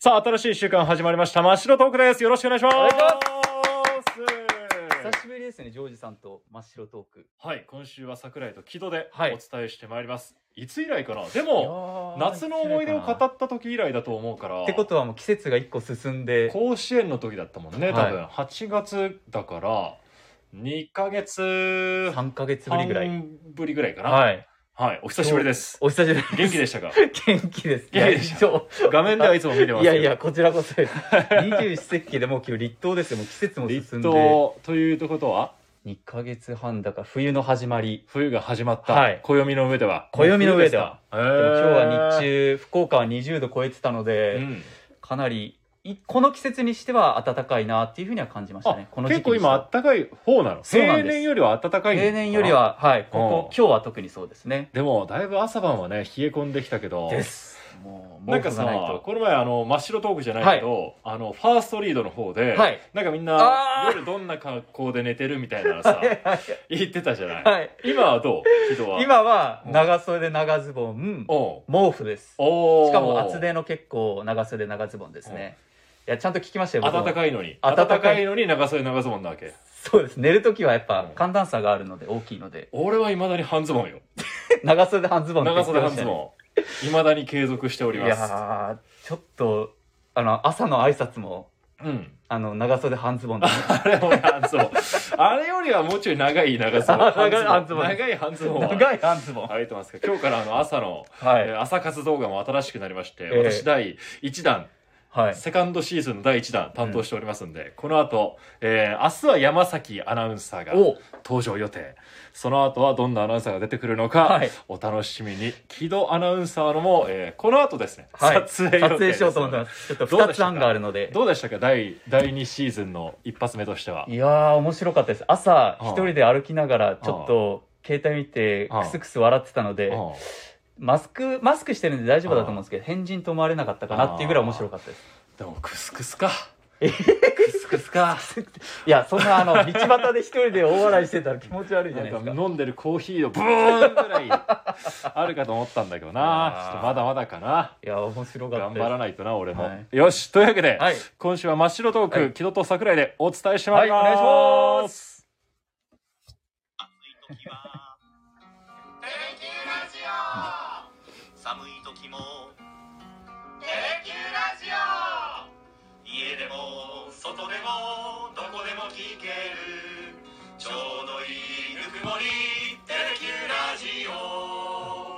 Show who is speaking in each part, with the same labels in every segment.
Speaker 1: さあ、新しい週間始まりました。真っ白トークです。よろしくお願いします。
Speaker 2: お願いしま
Speaker 1: ます
Speaker 2: 久しぶりですね、ジョージさんと真っ白トーク。
Speaker 1: はい、今週は桜井と木戸でお
Speaker 2: はい
Speaker 1: 伝えしてまいります。い、つ以来かなでも、夏の思い出を語
Speaker 2: っ
Speaker 1: った時以来だと思うから。
Speaker 2: てことはもう季節が一個進んで、
Speaker 1: 甲子園の時だったもんね、多分。
Speaker 2: は
Speaker 1: 8月だから、2ヶ月
Speaker 2: 3ヶ月ぶりぐらい。
Speaker 1: 半ぶりぐらいかな。はい、
Speaker 2: はい。
Speaker 1: お久しぶりです。
Speaker 2: お久しぶりです。
Speaker 1: 元気でしたか
Speaker 2: 元気です。
Speaker 1: 元気でした画面ではいつも見てます
Speaker 2: い
Speaker 1: けど
Speaker 2: やいや、こちらこ そです。二十四節気でもう今日立冬ですよ。もう季節も
Speaker 1: 立
Speaker 2: 進んで。
Speaker 1: 冬ということは
Speaker 2: 2ヶ月半だから冬の始まり。
Speaker 1: 冬が始まった、
Speaker 2: はい
Speaker 1: 暦の上では
Speaker 2: 暦の上では
Speaker 1: 冬
Speaker 2: でも今
Speaker 1: すか
Speaker 2: 日は日
Speaker 1: へ
Speaker 2: 中、福岡は20度超えてたの
Speaker 1: ー
Speaker 2: で、
Speaker 1: うん
Speaker 2: かなり、いこの季節にしては暖かいなっていうふうには感じましたね。こ
Speaker 1: あ
Speaker 2: の
Speaker 1: 結
Speaker 2: 時期
Speaker 1: 構
Speaker 2: にしては
Speaker 1: 今あったかい方なの
Speaker 2: そうなん
Speaker 1: 平
Speaker 2: です
Speaker 1: 年よりは暖かいのかな
Speaker 2: 例年よりは、はい、ここ、
Speaker 1: うん
Speaker 2: 今日は特にそうですね。
Speaker 1: でもだいぶ朝晩はね冷え込んできたけど
Speaker 2: です。もう、
Speaker 1: なんか
Speaker 2: 毛布が
Speaker 1: さ
Speaker 2: ないと
Speaker 1: この前あの真っ白トークじゃないけど、あのファーストリードの方で、
Speaker 2: はい
Speaker 1: なんかみん
Speaker 2: あ
Speaker 1: な
Speaker 2: ー
Speaker 1: 夜どんな格好で寝てるみたいなの さ言ってたじゃない、
Speaker 2: はい。
Speaker 1: 今はどう人は
Speaker 2: 今は、
Speaker 1: うん
Speaker 2: 長袖、長ズボン、
Speaker 1: おう
Speaker 2: 毛布です。
Speaker 1: おう
Speaker 2: しかも厚手の結構、長袖、長ズボンですね。いや、ちゃんと聞きましたよ、僕も
Speaker 1: 暖かいのに
Speaker 2: 暖かい
Speaker 1: 暖かいのに長袖長ズボンなわけ
Speaker 2: そうです。寝るときはやっぱ
Speaker 1: うん、
Speaker 2: 寒暖差があるので、大きいので。
Speaker 1: 俺はいまだに半ズボンよ
Speaker 2: 長袖、半ズボンって
Speaker 1: 長
Speaker 2: 言って
Speaker 1: 袖
Speaker 2: ま
Speaker 1: 半
Speaker 2: した
Speaker 1: ズ
Speaker 2: ね。
Speaker 1: ボンいまだに継続しており
Speaker 2: い
Speaker 1: ます
Speaker 2: やー、ちょっと、あの、朝の挨拶も、
Speaker 1: うん
Speaker 2: あの、長袖、半ズボンで。
Speaker 1: あれも半ズボンあれよりはもうちょい長い長ズボン
Speaker 2: あ長い半ズボン
Speaker 1: 長い半ズボン
Speaker 2: 長
Speaker 1: い
Speaker 2: い半ズボン。
Speaker 1: 入ってますけど今日からあの朝の、
Speaker 2: は
Speaker 1: え
Speaker 2: い。
Speaker 1: ー朝活動画も新しくなりまして、
Speaker 2: ええ
Speaker 1: 私第1弾
Speaker 2: はい。
Speaker 1: セカンドシーズンの第1弾担当しておりますんで、この後、えー明日は山崎アナウンサーが
Speaker 2: お
Speaker 1: 登場予定その後はどんなアナウンサーが出てくるのか、
Speaker 2: はい
Speaker 1: お楽しみに木戸アナウンサーのも、えーこの後ですね、
Speaker 2: はい
Speaker 1: 撮影予定
Speaker 2: 撮影しようと思って
Speaker 1: ま
Speaker 2: ます。ちょっと
Speaker 1: どうでし
Speaker 2: 2
Speaker 1: た
Speaker 2: つ
Speaker 1: か
Speaker 2: 案があるので。
Speaker 1: どうでしたか第第2シーズンの一発目としてはい
Speaker 2: やー、面白かったです。朝、
Speaker 1: うん
Speaker 2: 一人で歩きながら、ちょっと、携帯見て、
Speaker 1: うん
Speaker 2: クスクス笑ってたので、
Speaker 1: うん
Speaker 2: マスク、マスクしてるんで大丈夫だと思うんですけど、変人と思われなかったかなっていうぐらい面白かったです。
Speaker 1: でもクスクスか
Speaker 2: え
Speaker 1: クスクスか
Speaker 2: いや、そんな、あの、道端で一人で大笑いしてたら気持ち悪いじ
Speaker 1: な
Speaker 2: ゃないです
Speaker 1: ん
Speaker 2: か
Speaker 1: か。飲んでるコーヒーのブーンぐらいあるかと思ったんだけどなちょっとまだまだかない
Speaker 2: や、面白かった
Speaker 1: 頑
Speaker 2: です。
Speaker 1: 張らないとな俺も、
Speaker 2: はい
Speaker 1: よしというわけで、
Speaker 2: はい。
Speaker 1: 今週は真っ白トーク、
Speaker 2: はい
Speaker 1: 木戸と桜井でお伝えしてまいります、
Speaker 2: はいお願いします
Speaker 3: 暑い時は「テレキューラジオ」寒い時も「テレキューラジオ」家でも外でもどこでも聞けるちょうどいいぬくもり「テレキューラジオ」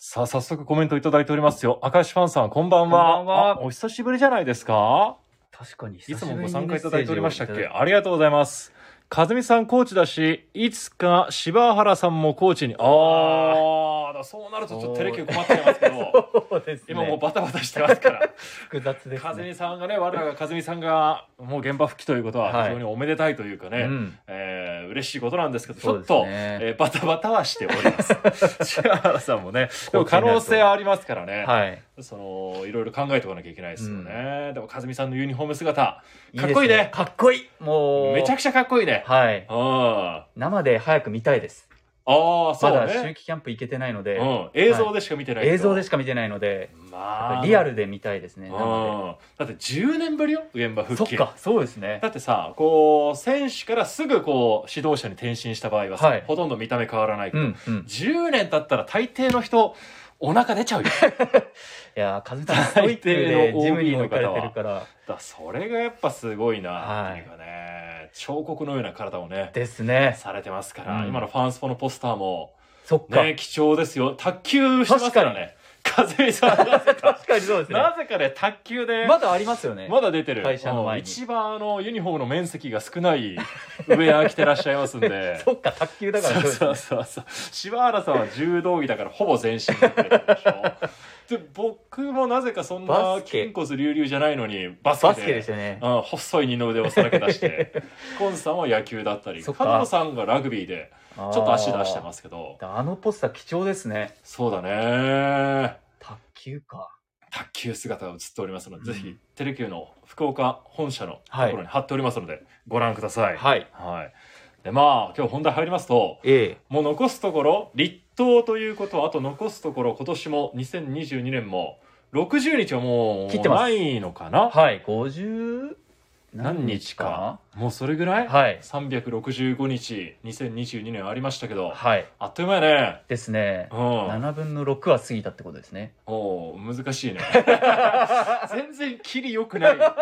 Speaker 1: さあ早速コメントいただいておりますよ明石ファンさんこんばんは
Speaker 2: こんばんは
Speaker 1: あお久しぶりじゃないですか
Speaker 2: 確かに
Speaker 1: い
Speaker 2: 久
Speaker 1: つ
Speaker 2: しぶり
Speaker 1: も
Speaker 2: に
Speaker 1: ご
Speaker 2: メッセージをいただい
Speaker 1: 参加いただい
Speaker 2: て、
Speaker 1: ておりましたっけありがとうございます和美さんコーチだしいつか柴原さんもコーチにああだそうなるとちょっとテレキュー困っちゃい ますけど
Speaker 2: そうですね。
Speaker 1: 今もうバタバタしてますから
Speaker 2: 複雑です
Speaker 1: 和
Speaker 2: ね。
Speaker 1: 美さんがね我らが和美さんがもう現場復帰ということは
Speaker 2: はい
Speaker 1: 非常におめでたいというかね、
Speaker 2: うん。
Speaker 1: えー嬉しいことなんですけど、ち
Speaker 2: そう
Speaker 1: ょ
Speaker 2: で
Speaker 1: っ
Speaker 2: すね
Speaker 1: と、えーバタバタはしております。 柴原さんもね、でも可能性ありますからね、
Speaker 2: はい。
Speaker 1: その、いろいろ考えておかなきゃいけないですよね。でも、和美さんのユニフォーム姿、かっこいい
Speaker 2: です
Speaker 1: ね。
Speaker 2: かっこいい。もう、
Speaker 1: めちゃくちゃかっこいいね。
Speaker 2: はい。
Speaker 1: あ
Speaker 2: 生で早く見たいです。
Speaker 1: あー、そ
Speaker 2: ま
Speaker 1: う
Speaker 2: だ秋
Speaker 1: ね。
Speaker 2: 季キャンプ行けてないので、
Speaker 1: うん、映像でしか見てないけど、
Speaker 2: 映像でしか見てないので、
Speaker 1: まあ、
Speaker 2: リアルで見たいです
Speaker 1: う
Speaker 2: ね。
Speaker 1: ん。
Speaker 2: なの
Speaker 1: だって10年ぶりよ、現場
Speaker 2: で
Speaker 1: 復
Speaker 2: そっ
Speaker 1: 帰。
Speaker 2: か、そうで すね。
Speaker 1: だってさ、こう、選手からすぐこう、指導者に転身した場合はさ、
Speaker 2: はい
Speaker 1: ほとんど見た目変わらないけ
Speaker 2: う
Speaker 1: ど、
Speaker 2: ん、うん。
Speaker 1: 10年経ったら大抵の人、お腹出ち ゃうよ。
Speaker 2: いやー、カズさん、ストイックでジムにも行かれてるから、
Speaker 1: だそれがやっぱすごいな
Speaker 2: は
Speaker 1: っ
Speaker 2: い
Speaker 1: ていうかね、彫刻のような体をね
Speaker 2: ですね。
Speaker 1: されてますから、
Speaker 2: うん
Speaker 1: 今のファンスポのポスターも
Speaker 2: そっか。
Speaker 1: ね貴重ですよ卓球してますからね風見さんなぜか
Speaker 2: 確かにそうですね。
Speaker 1: なぜかね卓球で
Speaker 2: ま
Speaker 1: ま
Speaker 2: だありますよね。
Speaker 1: だ出てる
Speaker 2: 会社の前に
Speaker 1: うん一番あのユニフォームの面積が少ないウェア着てらっしゃいますんで
Speaker 2: そっか、卓球だからそう
Speaker 1: そ
Speaker 2: で
Speaker 1: う
Speaker 2: す
Speaker 1: そ
Speaker 2: ね
Speaker 1: うそうそう柴原さんは柔道着だからほぼ全身で出てるでしょで僕もなぜかそんな
Speaker 2: バスケ
Speaker 1: 筋骨隆々じゃないのにバスケ
Speaker 2: バ
Speaker 1: で
Speaker 2: スケでしたね。
Speaker 1: うん、細い二の腕をさらけ出して コンさんは野球だったり
Speaker 2: そっ
Speaker 1: 加
Speaker 2: か
Speaker 1: 藤さんがラグビーでち
Speaker 2: ち
Speaker 1: ょっと足出して
Speaker 2: す。
Speaker 1: ますけど
Speaker 2: あのポスター貴重ですね。
Speaker 1: そうだね
Speaker 2: 卓球か。
Speaker 1: 卓球姿が映っておりますので、
Speaker 2: うん
Speaker 1: ぜひテレキューの福岡本社のと
Speaker 2: はい
Speaker 1: ころに貼っておりますので、ご覧ください、
Speaker 2: はい。
Speaker 1: はいでまあ今日本題入りますと
Speaker 2: え
Speaker 1: もう残すところ立冬ということあと残すところ今年も2022年も60日はも
Speaker 2: 切っ
Speaker 1: う
Speaker 2: てます
Speaker 1: ないのかな
Speaker 2: えはい50
Speaker 1: 何日かもうそれぐらい、
Speaker 2: はい
Speaker 1: 365日2022年ありましたけど、
Speaker 2: はい
Speaker 1: あっという間やね
Speaker 2: ですね
Speaker 1: うん
Speaker 2: 7分の6は過ぎたってことですね
Speaker 1: おう難しい ね全然キリ良くないな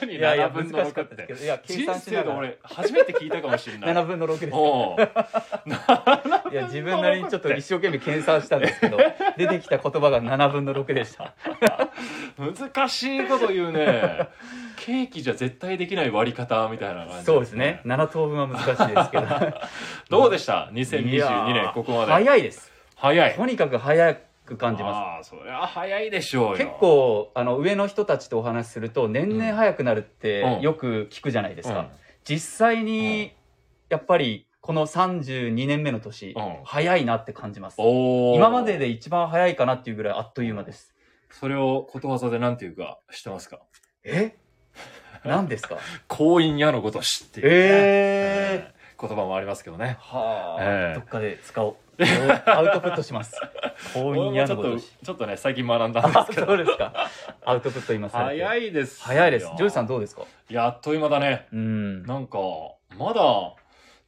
Speaker 1: 何
Speaker 2: いやいや
Speaker 1: 7
Speaker 2: 難
Speaker 1: 分
Speaker 2: し
Speaker 1: の
Speaker 2: かっ
Speaker 1: 6
Speaker 2: た
Speaker 1: っ
Speaker 2: です
Speaker 1: て
Speaker 2: けどいや計
Speaker 1: 人
Speaker 2: 算し
Speaker 1: 生
Speaker 2: な
Speaker 1: で
Speaker 2: がら
Speaker 1: 俺初めて聞いたかもしれない
Speaker 2: 7分の6です
Speaker 1: おう
Speaker 2: いや自分なりにちょっと一生懸命計算したんです けど出てきた言葉が7分の6でした
Speaker 1: 難しいこと言うねケーキじゃ絶対できない割り方みたいな感じ
Speaker 2: そうですね7等分は難しいで すけど
Speaker 1: どうでした
Speaker 2: いや
Speaker 1: 2022年
Speaker 2: ー
Speaker 1: ここまで
Speaker 2: 早いです
Speaker 1: 早い
Speaker 2: とにかく早く感じます
Speaker 1: ああそりゃ早いでしょうよ
Speaker 2: 結構あの上の人たちとお話しすると年々早くなるっ
Speaker 1: う
Speaker 2: て
Speaker 1: ん
Speaker 2: よく聞くじゃないですか、
Speaker 1: うん
Speaker 2: 実際にやっぱりこの32年目の年、
Speaker 1: うん
Speaker 2: 早いなって感じます
Speaker 1: おー
Speaker 2: 今までで一番早いかなっていうぐらいあっという間です
Speaker 1: それをことわざでなんていうか知ってますか
Speaker 2: え何ですか
Speaker 1: 婚姻やのこと知っていうね、
Speaker 2: ええ
Speaker 1: 言葉もありますけどね
Speaker 2: はあ、
Speaker 1: ええ
Speaker 2: どっかで使おう アウトプットします婚
Speaker 1: 俺
Speaker 2: 姻
Speaker 1: も
Speaker 2: や
Speaker 1: ち
Speaker 2: の
Speaker 1: ょっ
Speaker 2: こと
Speaker 1: と
Speaker 2: し
Speaker 1: ちょっとね最近学んだんで
Speaker 2: あ
Speaker 1: すけど
Speaker 2: そうですかアウトプット今されて
Speaker 1: 早いですよ
Speaker 2: 早いですジョージさんどうですか
Speaker 1: いやあっという間だね
Speaker 2: うん
Speaker 1: なんか、まだ、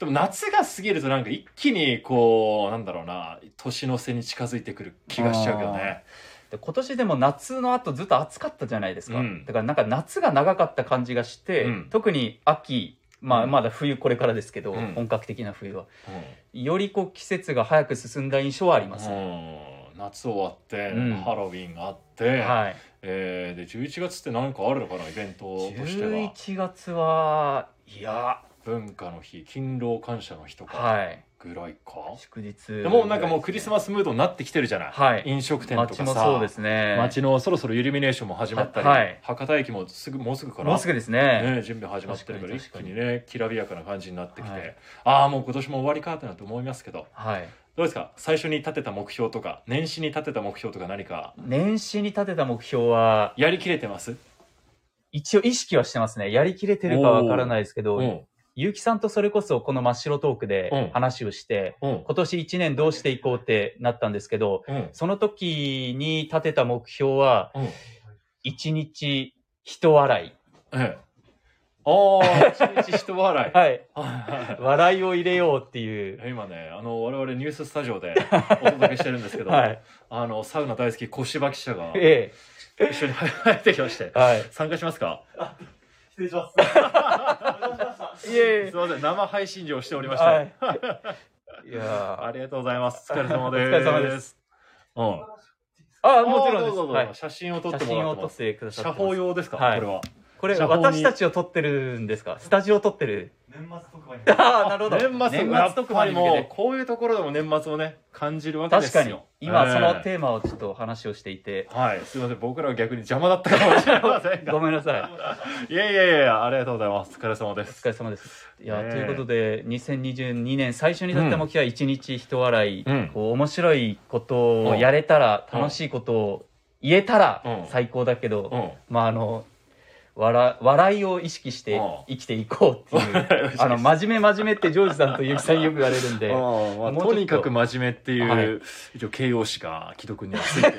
Speaker 1: でも夏が過ぎるとなんか一気にこう、なんだろうな、年の瀬に近づいてくる気がしちゃうけどね。
Speaker 2: で今年でも夏の後ずっと暑かったじゃないですか、
Speaker 1: うん
Speaker 2: だからなんか夏が長かった感じがして、
Speaker 1: うん
Speaker 2: 特に秋、ま
Speaker 1: う
Speaker 2: あ、
Speaker 1: ん
Speaker 2: まだ冬これからですけど、
Speaker 1: うん
Speaker 2: 本格的な冬はよりこう季節が早く進んだ印象はあります、
Speaker 1: うん、夏終わって、
Speaker 2: うん
Speaker 1: ハロウィンがあって、
Speaker 2: はい、
Speaker 1: えーで11月って何かあるのかなイベントとしては
Speaker 2: 11月はいや
Speaker 1: 文化の日勤労感謝の日とか
Speaker 2: はい
Speaker 1: ぐらいか、
Speaker 2: 祝
Speaker 1: で
Speaker 2: 日
Speaker 1: もうなんかもうクリスマスムードになってきてるじゃない、
Speaker 2: はい
Speaker 1: 飲食店とか
Speaker 2: 街
Speaker 1: さ
Speaker 2: もそうですね
Speaker 1: 街のそろそろイルミネーションも始まったり、
Speaker 2: ははい
Speaker 1: 博多駅もすぐもうすぐかな
Speaker 2: もうすぐですね
Speaker 1: ね、準備始まってるから一気
Speaker 2: 確かに
Speaker 1: にねきらびやかな感じになってきて、
Speaker 2: はい
Speaker 1: ああもう今年も終わりかってなって思いますけど
Speaker 2: はい
Speaker 1: どうですか最初に立てた目標とか年始に立てた目標とか何か
Speaker 2: 年始に立てた目標は
Speaker 1: やりきれてます
Speaker 2: 一応意識はしてますねやりきれてるかわからないですけど、
Speaker 1: うん
Speaker 2: 結城さんとそれこそこの真っ白トーク
Speaker 1: うん
Speaker 2: で話をして、
Speaker 1: うん
Speaker 2: 今年1年どうしていこうってなったんですけど、
Speaker 1: うん
Speaker 2: その時に立てた目標は、
Speaker 1: うん
Speaker 2: 1日人笑
Speaker 1: ええああ一日一笑
Speaker 2: い。はい。
Speaker 1: いはい
Speaker 2: 笑いを入れようっていう。
Speaker 1: 今ねあの我々ニューススタジオでお届けしてるんですけど、
Speaker 2: はい。
Speaker 1: あのサウナ大好き小芝記者が
Speaker 2: え
Speaker 1: 一緒に入ってきまして
Speaker 2: え。はい。
Speaker 1: 参加しますか
Speaker 4: 失礼し ます。
Speaker 2: いえ
Speaker 1: すい
Speaker 2: いえ。
Speaker 1: ません生配信上しておりました、
Speaker 2: はい。いや
Speaker 1: ありがとうございます。お疲れ様です。。
Speaker 2: お疲れ様です
Speaker 1: うん。
Speaker 2: ーあ、もちろ
Speaker 1: あ
Speaker 2: ん
Speaker 1: どうぞどうぞ
Speaker 2: で
Speaker 1: 写真を撮っ
Speaker 2: す。はい。
Speaker 1: ても
Speaker 2: 写真
Speaker 1: らっ
Speaker 2: を
Speaker 1: て
Speaker 2: 撮
Speaker 1: ま
Speaker 2: っ
Speaker 1: す。
Speaker 2: てくださって
Speaker 1: 写
Speaker 2: ます。
Speaker 1: 法用ですか、
Speaker 2: はい
Speaker 1: これは。
Speaker 2: これ、
Speaker 1: 写法に
Speaker 2: 私たちを撮ってるんですかスタジオを撮ってる。
Speaker 4: 年末特番に。
Speaker 2: あ あ、なるほど。
Speaker 1: 年末
Speaker 2: 年末特番に向け
Speaker 1: も
Speaker 2: て。
Speaker 1: こういうところでも年末をね感じるわけで
Speaker 2: 確
Speaker 1: すよ
Speaker 2: かに今その
Speaker 1: え
Speaker 2: テーマをちょっと話をしていて、
Speaker 1: えはいすいません僕らは逆に邪魔だったかもしれませんが
Speaker 2: ごめんなさい
Speaker 1: いやいやいやありがとうございますお疲れ様で
Speaker 2: お
Speaker 1: す
Speaker 2: 疲れ様ですいや、
Speaker 1: ねえ
Speaker 2: ということで2022年最初に立った目標は一日一笑い、
Speaker 1: うん
Speaker 2: こう面白いことをやれたら、
Speaker 1: うん
Speaker 2: 楽しいことを言えた
Speaker 1: うん
Speaker 2: ら最高だけど、
Speaker 1: うん
Speaker 2: まああの笑笑いを意識して
Speaker 1: うん
Speaker 2: 生きていこうってい う、
Speaker 1: 笑いを意識して
Speaker 2: あの真面目真面目ってジョージさんとゆきさんによく言われるんで、
Speaker 1: ああま
Speaker 2: も
Speaker 1: あ
Speaker 2: うちょっと
Speaker 1: とにかく真面目っていう、
Speaker 2: はい
Speaker 1: 一応形容詞が既読にはつい て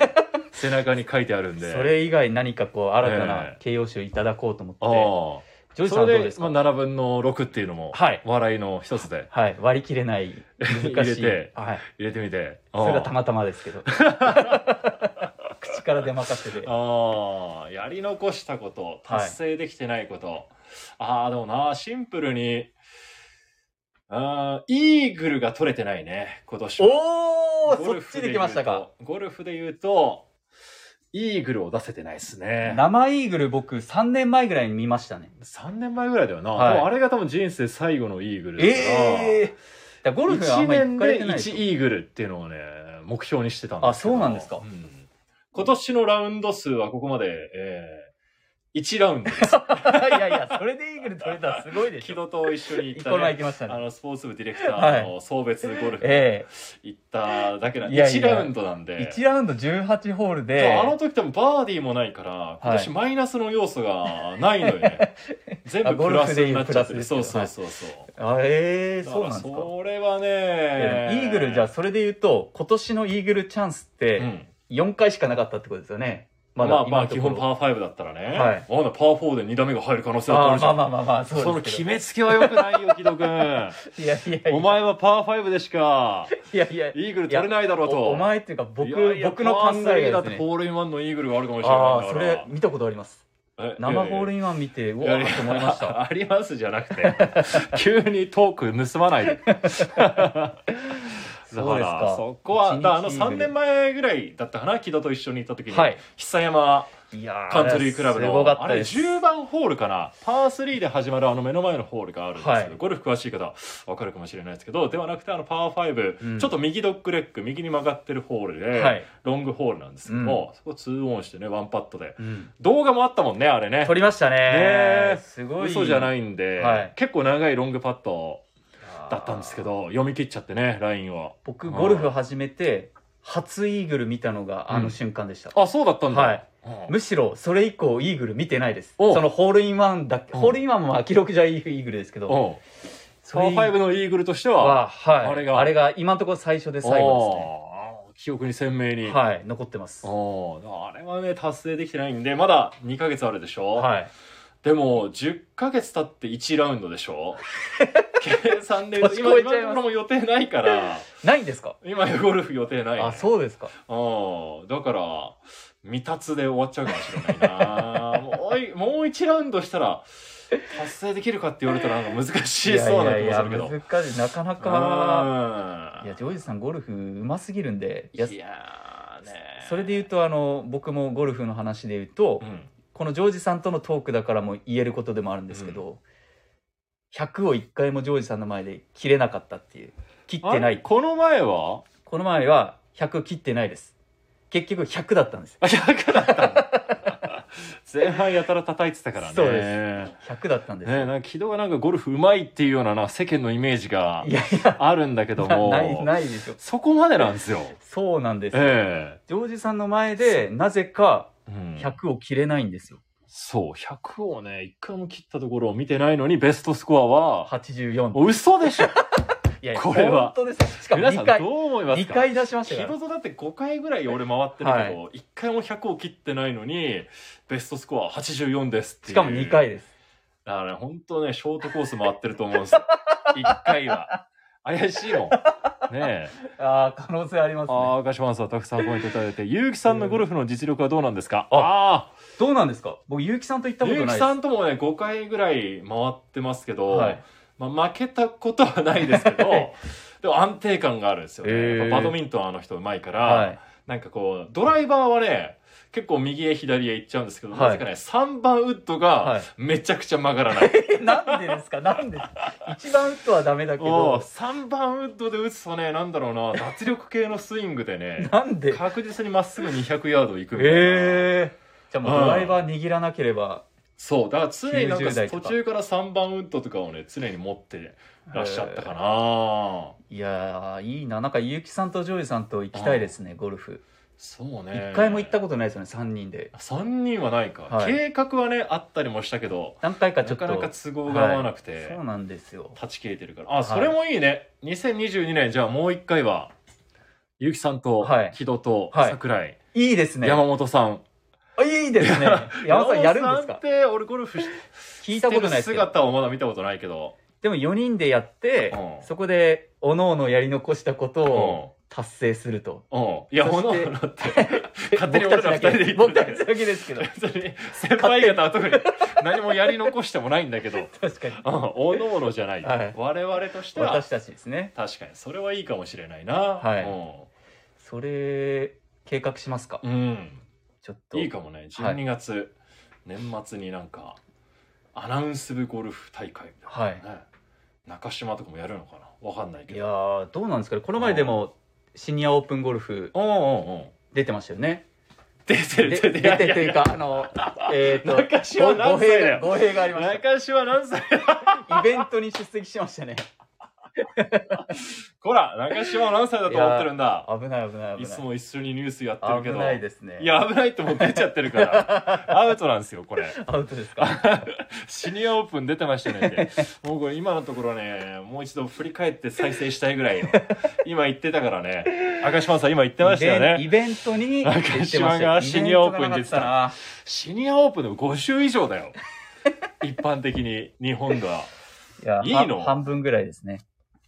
Speaker 1: 背中に書いてあるんで
Speaker 2: それ以外何かこう新た
Speaker 1: え
Speaker 2: な
Speaker 1: え
Speaker 2: 形容詞をいただこうと思って、
Speaker 1: ああ
Speaker 2: ジョージさん
Speaker 1: そ
Speaker 2: はどう
Speaker 1: れ
Speaker 2: で、
Speaker 1: です
Speaker 2: か、
Speaker 1: まあ、7分の6っていうのも
Speaker 2: はい
Speaker 1: 笑いの一つで
Speaker 2: はい、割り切れない難しい
Speaker 1: 入れて
Speaker 2: はい、
Speaker 1: 入れてみて
Speaker 2: それがた
Speaker 1: あ
Speaker 2: またまで すけど口から出まかせて
Speaker 1: あーやり残したこと
Speaker 2: はい
Speaker 1: 達成できてないこと、ああでもなシンプルにあーイーグルが取れてないね今年は
Speaker 2: おお
Speaker 1: ゴ
Speaker 2: そ
Speaker 1: ル
Speaker 2: っ
Speaker 1: フ
Speaker 2: ち
Speaker 1: 言
Speaker 2: で
Speaker 1: う
Speaker 2: 来ましたか
Speaker 1: とゴルフで言うとイーグルを出せてないですね
Speaker 2: 生イーグル僕3年前ぐらいに見ましたね
Speaker 1: 3年前ぐらいだよな、
Speaker 2: はい
Speaker 1: でもあれが多分人生最後のイーグルだから、
Speaker 2: ええゴルフはあ
Speaker 1: 1
Speaker 2: んまり行
Speaker 1: 年
Speaker 2: かれ
Speaker 1: で
Speaker 2: てないです
Speaker 1: 1イーグルっていうのをね目標にしてたんですけど
Speaker 2: あそうなんですか
Speaker 1: ん今年のラウンド数はここまで、え1ラウンド です。
Speaker 2: いやいや、それでイーグル取れたらすごいでし
Speaker 1: 木
Speaker 2: ょ。
Speaker 1: 戸と一緒に行っ
Speaker 2: 一
Speaker 1: た、
Speaker 2: 個前
Speaker 1: ね
Speaker 2: 行、きました
Speaker 1: あ
Speaker 2: ね。
Speaker 1: のスポーツ部ディレクタ
Speaker 2: は
Speaker 1: ー
Speaker 2: い
Speaker 1: の送別ゴルフ
Speaker 2: え
Speaker 1: 行っただけなんで、
Speaker 2: いやいや
Speaker 1: 1ラウンドなん
Speaker 2: え
Speaker 1: で。
Speaker 2: 1ラウンド18ホールで、
Speaker 1: そうあの時多分バーディーもないから、今年マイナスの要素がないのよね。 全
Speaker 2: あ
Speaker 1: 部
Speaker 2: ゴ
Speaker 1: プ
Speaker 2: ル
Speaker 1: ラ
Speaker 2: フ
Speaker 1: ス
Speaker 2: で
Speaker 1: に
Speaker 2: 言
Speaker 1: なっ
Speaker 2: うプ
Speaker 1: ちゃ
Speaker 2: ラ
Speaker 1: っ
Speaker 2: ス
Speaker 1: て
Speaker 2: で
Speaker 1: る。
Speaker 2: すよ
Speaker 1: そうそうそうそう。
Speaker 2: あえー、そうなん
Speaker 1: だ
Speaker 2: で
Speaker 1: か
Speaker 2: す
Speaker 1: ら
Speaker 2: か。
Speaker 1: それはいね
Speaker 2: やでもイーグルじゃあ、それで言うと、今年のイーグルチャンスっ
Speaker 1: う
Speaker 2: て、
Speaker 1: ん
Speaker 2: 4回しかなかったってことですよね。
Speaker 1: ま
Speaker 2: まだ
Speaker 1: あま
Speaker 2: 今
Speaker 1: あ
Speaker 2: のと
Speaker 1: 基
Speaker 2: ころ
Speaker 1: 本パー5だったらね、
Speaker 2: はい
Speaker 1: まだパー4で2打目が入る可能性だってあ
Speaker 2: あ
Speaker 1: る
Speaker 2: ー
Speaker 1: じ
Speaker 2: ま
Speaker 1: ゃ
Speaker 2: あ
Speaker 1: ん
Speaker 2: まあまあまあ、
Speaker 1: そ
Speaker 2: そう
Speaker 1: の
Speaker 2: で
Speaker 1: 決
Speaker 2: すけど。
Speaker 1: めつけはよくないよ木 戸君
Speaker 2: いやいやいや。
Speaker 1: お前はパー5でし か
Speaker 2: いやいや。
Speaker 1: イーグル取れないだろうと
Speaker 2: おお前っていうか僕
Speaker 1: いやいや
Speaker 2: 僕の考え
Speaker 1: パー3だ
Speaker 2: が
Speaker 1: っ
Speaker 2: で
Speaker 1: て
Speaker 2: すね
Speaker 1: ホールインワンのイーグルがあるかもしれ
Speaker 2: あ
Speaker 1: な
Speaker 2: あ
Speaker 1: いん
Speaker 2: そ
Speaker 1: だか
Speaker 2: れ
Speaker 1: ら
Speaker 2: 見たことあります
Speaker 1: え
Speaker 2: 生ホール
Speaker 1: い
Speaker 2: インワン見てう
Speaker 1: や
Speaker 2: わ
Speaker 1: いや
Speaker 2: ーって思いました
Speaker 1: ありますじゃなくて 急にトーク盗まない でだからそ
Speaker 2: そうですか
Speaker 1: こは
Speaker 2: 一日
Speaker 1: だからあの3年前ぐらいだったかな木戸と一緒に行った時に、
Speaker 2: はい
Speaker 1: 久山
Speaker 2: いやー
Speaker 1: カントリークラブの
Speaker 2: すごかっ
Speaker 1: あ
Speaker 2: た
Speaker 1: れ
Speaker 2: です
Speaker 1: 10番ホールかなパー3で始まるあの目の前のホールがあるんですけど、
Speaker 2: はい
Speaker 1: ゴルフ詳しい方わかるかもしれないですけどではなくてあのパー5、
Speaker 2: うん
Speaker 1: ちょっと右ドッグレッグ右に曲がってるホールで、
Speaker 2: はい
Speaker 1: ロングホールなんですけども、そこ2オンしてねワンパットで
Speaker 2: うん
Speaker 1: 動画もあったもんねあれね
Speaker 2: 撮りました
Speaker 1: ね
Speaker 2: ね
Speaker 1: え
Speaker 2: すごい
Speaker 1: 嘘じゃないいんで、
Speaker 2: はい
Speaker 1: 結構長いロングパット
Speaker 2: やー
Speaker 1: だったんですけど読み切っちゃってねラインを
Speaker 2: 僕ゴルフ始めて初イーグル見たのがあの瞬間でした
Speaker 1: あそうだったんだ、
Speaker 2: はい
Speaker 1: うん
Speaker 2: むしろそれ以降イーグル見てないです
Speaker 1: お
Speaker 2: そのホールインワンだけ
Speaker 1: うん
Speaker 2: ホールインワンもまあ記録じゃいいイーグルですけ
Speaker 1: う
Speaker 2: ど
Speaker 1: ん
Speaker 2: そ
Speaker 1: パ
Speaker 2: れ
Speaker 1: ー5のイーグルとしては
Speaker 2: ははい
Speaker 1: あ
Speaker 2: あ
Speaker 1: れ
Speaker 2: れ
Speaker 1: が
Speaker 2: があれが今のところ最初で最後
Speaker 1: あー記憶に鮮明
Speaker 2: で
Speaker 1: に、
Speaker 2: すねはい残ってます
Speaker 1: おーあれはね達成できてないんでまだ2ヶ月あるでしょ、
Speaker 2: はい
Speaker 1: でも10ヶ月経って1ラウンドでし ょ計算で言うと
Speaker 2: 年
Speaker 1: 今
Speaker 2: 越えち
Speaker 1: 今
Speaker 2: ゃい
Speaker 1: の
Speaker 2: ます
Speaker 1: ところも予定ないから
Speaker 2: ないんですか
Speaker 1: 今ゴルフ予定ない、
Speaker 2: あそうですか
Speaker 1: うんだから未達で終わっちゃうかもしれないな もういもう1ラウンドしたら達成できるかって言われたらなんか難しそうな気もするけど
Speaker 2: いやいやいや難しいなかなかいやジョージさんゴルフうますぎるんでいや
Speaker 1: うんいやーね
Speaker 2: それで言うとあの僕もゴルフの話で言うと、
Speaker 1: うん
Speaker 2: このジョージさんとのトークだからも言えることでもあるんですけど、100を1回もジョージさんの前で切れなかったっていう切って
Speaker 1: あ
Speaker 2: な
Speaker 1: れ
Speaker 2: い
Speaker 1: この前は
Speaker 2: この前は100切ってないです結局100だったんです
Speaker 1: あ、100だったの前半やたら叩いてたからね。
Speaker 2: そうです
Speaker 1: ね
Speaker 2: 100だったんです、
Speaker 1: え、なんか木戸がなんかゴルフうまいっていうようなな世間のイメージが
Speaker 2: いやいや
Speaker 1: あるんだけども、
Speaker 2: ないないでしょ
Speaker 1: そこまでなんですよ。
Speaker 2: そうなんです、
Speaker 1: え
Speaker 2: ジョージさんの前でなぜか
Speaker 1: えうん
Speaker 2: 100を切れないんですよ
Speaker 1: そう、100をね、一回も切ったところを見てないのにベストスコアは、
Speaker 2: 84
Speaker 1: 嘘でしょ
Speaker 2: いやいや
Speaker 1: これは
Speaker 2: 本当ですよしかも
Speaker 1: 皆さ
Speaker 2: 2
Speaker 1: ん
Speaker 2: 回
Speaker 1: どう思います
Speaker 2: 2
Speaker 1: か
Speaker 2: 回出しました
Speaker 1: 木
Speaker 2: から
Speaker 1: 戸とだって5回ぐらい俺回ってるけど、1回も100を切ってないのに、ベストスコア84ですっていう。
Speaker 2: しかも2回です。
Speaker 1: だからね、本当ね、ショートコース回ってると思うん ですよ。1回は。怪しいもん。ねえ。
Speaker 2: ああ、可能性ありますね。
Speaker 1: ああ、ガシマンさんたくさんコメントいただいて、ゆうきさんのゴルフの実力はどうなんですか、
Speaker 2: うん
Speaker 1: あ
Speaker 2: どうなんですか僕、結城さんと行った
Speaker 1: あ、
Speaker 2: こと
Speaker 1: ゆ
Speaker 2: ない
Speaker 1: き
Speaker 2: うです。
Speaker 1: さんともね、5回ぐらい回ってますけど、
Speaker 2: はい。
Speaker 1: まあ、負けたことはないです けど、でも安定感があるんですよね。
Speaker 2: へー
Speaker 1: やっぱバドミントンあの人うまいから、
Speaker 2: はい。
Speaker 1: なんかこう、ドライバーはね、結構右へ左へ行っちゃうんですけど、
Speaker 2: はい
Speaker 1: なぜかね、3番ウッドが
Speaker 2: は
Speaker 1: めちゃくちゃ曲がらない。
Speaker 2: え、 なんでですかなんで一番とはダメだけ
Speaker 1: お
Speaker 2: ど、
Speaker 1: 3番ウッドで打つとねなんだろうな脱力系のスイングでね
Speaker 2: なんで
Speaker 1: 確実にまっすぐ200ヤード行くみたいな、
Speaker 2: ええじゃあも
Speaker 1: う
Speaker 2: う
Speaker 1: ん
Speaker 2: ドライバー握らなければ。
Speaker 1: そうだから常になん
Speaker 2: 90
Speaker 1: か
Speaker 2: 代と
Speaker 1: 途
Speaker 2: か
Speaker 1: 中から3番ウッドとかをね常に持ってらっしゃったかな、
Speaker 2: いやー、いいな。なんか、結城さんとジョージさんと行きたいですね、ゴルフ。
Speaker 1: そう
Speaker 2: 一、
Speaker 1: ね
Speaker 2: 回も行ったことないですよね、3人で。
Speaker 1: 3人はないか、
Speaker 2: はい
Speaker 1: 計画はねあったりもしたけど
Speaker 2: 何回かち
Speaker 1: な
Speaker 2: ょっと。
Speaker 1: かなか都合が合わなくて、
Speaker 2: はいそうなんですよ。
Speaker 1: 断ち切れてるからあそれもいいね、2022年じゃあもう1回はゆきさんと
Speaker 2: はい
Speaker 1: 木戸と
Speaker 2: はい
Speaker 1: 桜井、
Speaker 2: いいですね。
Speaker 1: 山本さん、
Speaker 2: あい いですね。山本さんやるんです
Speaker 1: 山本さ
Speaker 2: か
Speaker 1: って俺ゴルフし
Speaker 2: 聞いたことないですけど。
Speaker 1: 姿をまだ見たことないけど、
Speaker 2: でも4人でやって、
Speaker 1: うん
Speaker 2: そこでおのおのやり残したことを
Speaker 1: う
Speaker 2: 達成すると、
Speaker 1: ん、うん、いや
Speaker 2: そして
Speaker 1: 炎のって 勝手に俺ら二人で行っ
Speaker 2: 僕
Speaker 1: て
Speaker 2: た
Speaker 1: る
Speaker 2: ちだけ僕たちだけですけど
Speaker 1: 別に先輩方は特に何もやり残してもないんだけど、うん、
Speaker 2: 確かに
Speaker 1: おのおのじゃない、
Speaker 2: はい
Speaker 1: 我々としては
Speaker 2: 私たちですね
Speaker 1: 確かにそれはいいかもしれないな、
Speaker 2: はい
Speaker 1: い
Speaker 2: それ計画しますか、
Speaker 1: うん、
Speaker 2: ちょっと
Speaker 1: いいかもね12月、年末になんかアナウンス部ゴルフ大会みたい
Speaker 2: はい
Speaker 1: なね、中島とかもやるのかなわかんないけ
Speaker 2: い
Speaker 1: ど
Speaker 2: やーどうなんですかねこの前でもシニアオープンゴルフ
Speaker 1: うんうんうん
Speaker 2: 出てましたよね
Speaker 1: 出て
Speaker 2: で
Speaker 1: る
Speaker 2: 出てという
Speaker 1: か
Speaker 2: か、あの、えっと、
Speaker 1: 中島
Speaker 2: ご
Speaker 1: 何
Speaker 2: 語
Speaker 1: 歳だ
Speaker 2: 弊
Speaker 1: よ
Speaker 2: 語弊がありまし
Speaker 1: 中島何歳だ
Speaker 2: た。イベントに出席しましたね。
Speaker 1: こら中島何歳だと思ってるんだ
Speaker 2: 危ない危ない
Speaker 1: い
Speaker 2: 危
Speaker 1: つ
Speaker 2: な
Speaker 1: も一緒にニュースやってる
Speaker 2: い。
Speaker 1: け
Speaker 2: 危
Speaker 1: ど
Speaker 2: ないですね。
Speaker 1: いや危ないってもう出ちゃってるからアウトなんですよこれ
Speaker 2: アウトですか。
Speaker 1: シニアオープン出てましたねってもうこれ今のところねもう一度振り返って再生したいぐらいよ今言ってたからね赤島さん今言ってましたよ
Speaker 2: イ
Speaker 1: ね
Speaker 2: ベンイベントに
Speaker 1: 中島がシニアオープンに出てた
Speaker 2: た。
Speaker 1: シニアオープンでも5週以上だよ一般的に日本ではい
Speaker 2: や
Speaker 1: いいの
Speaker 2: は半分ぐらいですね。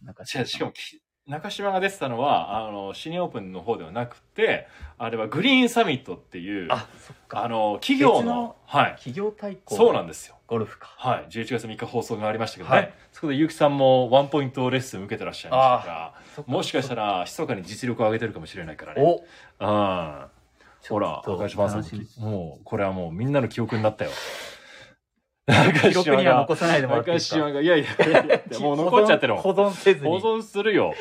Speaker 2: なんか
Speaker 1: 違うしかもき中島が出てたのはあのシニアオープンの方ではなくてあれはグリーンサミットっていうあ
Speaker 2: あ、そっか。
Speaker 1: の企業の
Speaker 2: 別の
Speaker 1: はい
Speaker 2: 企業対抗。
Speaker 1: そうなん
Speaker 2: だ。
Speaker 1: ですよ
Speaker 2: ゴルフか。
Speaker 1: はい11月3日放送がありましたけどね、
Speaker 2: はい
Speaker 1: そこで結城さんもワンポイントレッスン受けてらっしゃいましたから
Speaker 2: そっ
Speaker 1: もしかした
Speaker 2: ら。
Speaker 1: ら密かに実力を上げてるかもしれないからね
Speaker 2: お
Speaker 1: うんほら
Speaker 2: ちょっと
Speaker 1: 中島さん
Speaker 2: 楽しみ
Speaker 1: ももうこれはもうみんなの記憶になったよ中
Speaker 2: 記録には
Speaker 1: が
Speaker 2: 残さないでもらってい
Speaker 1: 中
Speaker 2: いですか
Speaker 1: 島がいやいやいやい やもう残っちゃってるもん
Speaker 2: 保存保存せず
Speaker 1: 保
Speaker 2: に。
Speaker 1: 存するよ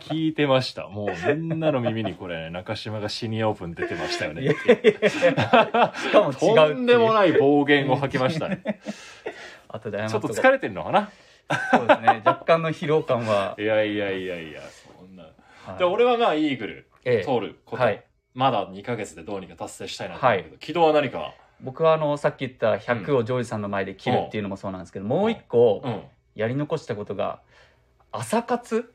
Speaker 1: 聞いてましたもうみんなの耳にこれ、中島がシニアオープン出てましたよ
Speaker 2: い
Speaker 1: ね
Speaker 2: やいやいやしかも違うっていう。
Speaker 1: とんでもない暴言を吐きました ね
Speaker 2: 後で謝
Speaker 1: ちょっと
Speaker 2: とこ
Speaker 1: 疲れてるのかな
Speaker 2: うそうですね。若干の疲労感は。
Speaker 1: いやいやいやいやそんな
Speaker 2: はい
Speaker 1: で俺はまあイーグル
Speaker 2: ええ
Speaker 1: 通ること、
Speaker 2: はい
Speaker 1: まだ2ヶ月でどうにか達成したいなと思うけど、軌道は何か
Speaker 2: 僕はあのさっき言った100をジョージさんの前で切るっていうのもそうなんですけど、もう一個
Speaker 1: うん
Speaker 2: やり残したことが朝活、